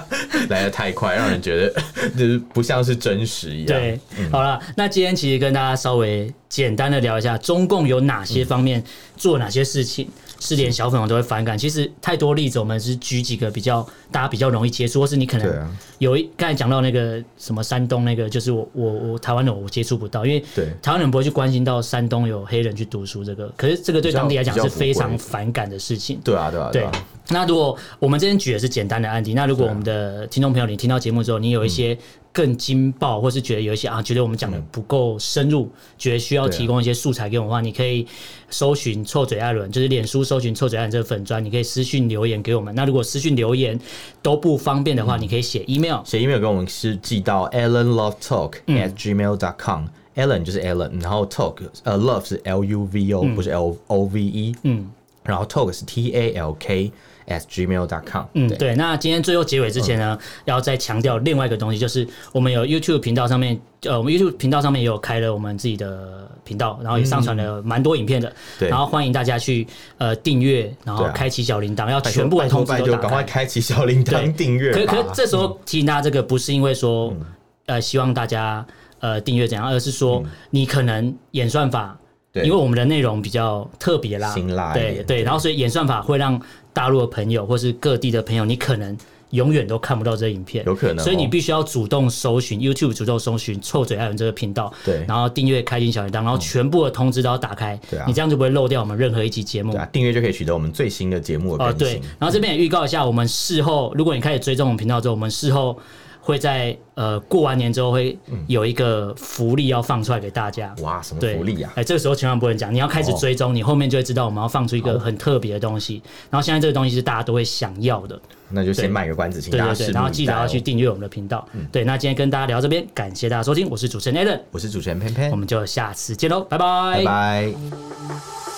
S2: 来的太快，让人觉得 <laughs> 就是不像是真实一样。
S1: 对，
S2: 嗯
S1: 好了，那今天其实跟大家稍微简单的聊一下，中共有哪些方面做哪些事情、是连小粉红都会反感。其实太多例子，我们是举几个比较大家比较容易接触，或是你可
S2: 对
S1: 能
S2: 啊
S1: 有一刚才讲到那个什么山东那个，就是我我我台湾人我接触不到，因为
S2: 对
S1: 台湾人不会去关心到山东有黑人去读书这个，可是这个对当地来讲
S2: 比较
S1: 是
S2: 比较不
S1: 非常
S2: 会
S1: 反感的事情。
S2: 对啊，对啊，对
S1: 对
S2: 啊，，
S1: 那如果我们这边举的是简单的案例，那如果我们的听众朋友你听到节目之后，你有一
S2: 嗯
S1: 些更惊爆，或是觉得有一些啊，觉得我们讲的不够深入，觉得需要
S2: 对啊
S1: 提供一些素材给我们的话，你可以搜寻“臭嘴艾伦”，就是脸书搜寻“臭嘴艾伦”这个粉砖，你可以私信留言给我们。那如果私信留言都不方便
S2: 嗯
S1: 的话，你可以写 email。
S2: 写 email 给我们是寄到 allenlovetalk
S1: 嗯
S2: at gmail dot com。Allen 就是 Allen，然后 talk 呃 love 是 L U V O，、不是
S1: 嗯
S2: L O V E，嗯，然后 talk 是 T A L K at gmail dot com。
S1: 嗯，对。那今天最后结尾之前呢，
S2: 嗯
S1: 要再强调另外一个东西，就是我们有 YouTube 频道上面，呃，我们 YouTube 频道上面也有开了我们自己的频道，然后也上传了蛮多影片的。
S2: 嗯对
S1: 然后欢迎大家去呃订阅，然后
S2: 对啊
S1: 开启小铃铛，要
S2: 拜托
S1: 全部的
S2: 拜托
S1: 通知
S2: 拜
S1: 都
S2: 托，
S1: 打
S2: 赶快
S1: 开。
S2: 开启小铃
S1: 对
S2: 铛订阅
S1: 可
S2: 吧。嗯
S1: 可这时候提醒大家，这个不是因为说、呃希望大家呃订阅怎样，而是说、你可能演算法。
S2: 嗯对
S1: 因为我们的内容比较特别啦，
S2: 辛辣一
S1: 对
S2: 点
S1: 对，然后所以演算法会让大陆的朋友或是各地的朋友，你可能永远都看不到这影片，
S2: 有可能哦
S1: 所以你必须要主动搜寻 YouTube，主动搜寻“臭嘴艾伦”这个频道，
S2: 对嗯
S1: 然后订阅开启小铃铛，然后全部的通知都要打开，
S2: 对啊
S1: 你这样就不会漏掉我们任何一期节目
S2: 对。啊，订阅就可以取得我们最新的节目的
S1: 哦，
S2: 更
S1: 对
S2: 新。，
S1: 然后这边也预告一下，我们事后如果你开始追踪我们频道之后，我们事后会在呃过完年之后会有一个福利要放出来给大家。
S2: 哇，什么
S1: 对，
S2: 福利啊
S1: 哎、？这个时候千万不能讲，你要开始追踪，你后面就会知道我们要放出一个很特别的东西。然后现在这个东西是大家都会想要的，
S2: 那就
S1: 对
S2: 先卖个关子，请
S1: 对
S2: 大家
S1: 对
S2: 拭
S1: 对。
S2: 目
S1: 然后
S2: 以
S1: 记得
S2: 待
S1: 要
S2: 哦嗯
S1: 去。订阅我们的频道。对，那今天跟大家聊到这边，感谢大家收听，我是主持人 Allen，
S2: 我是主持人偏偏
S1: 我，们就下次见喽，拜
S2: 拜拜。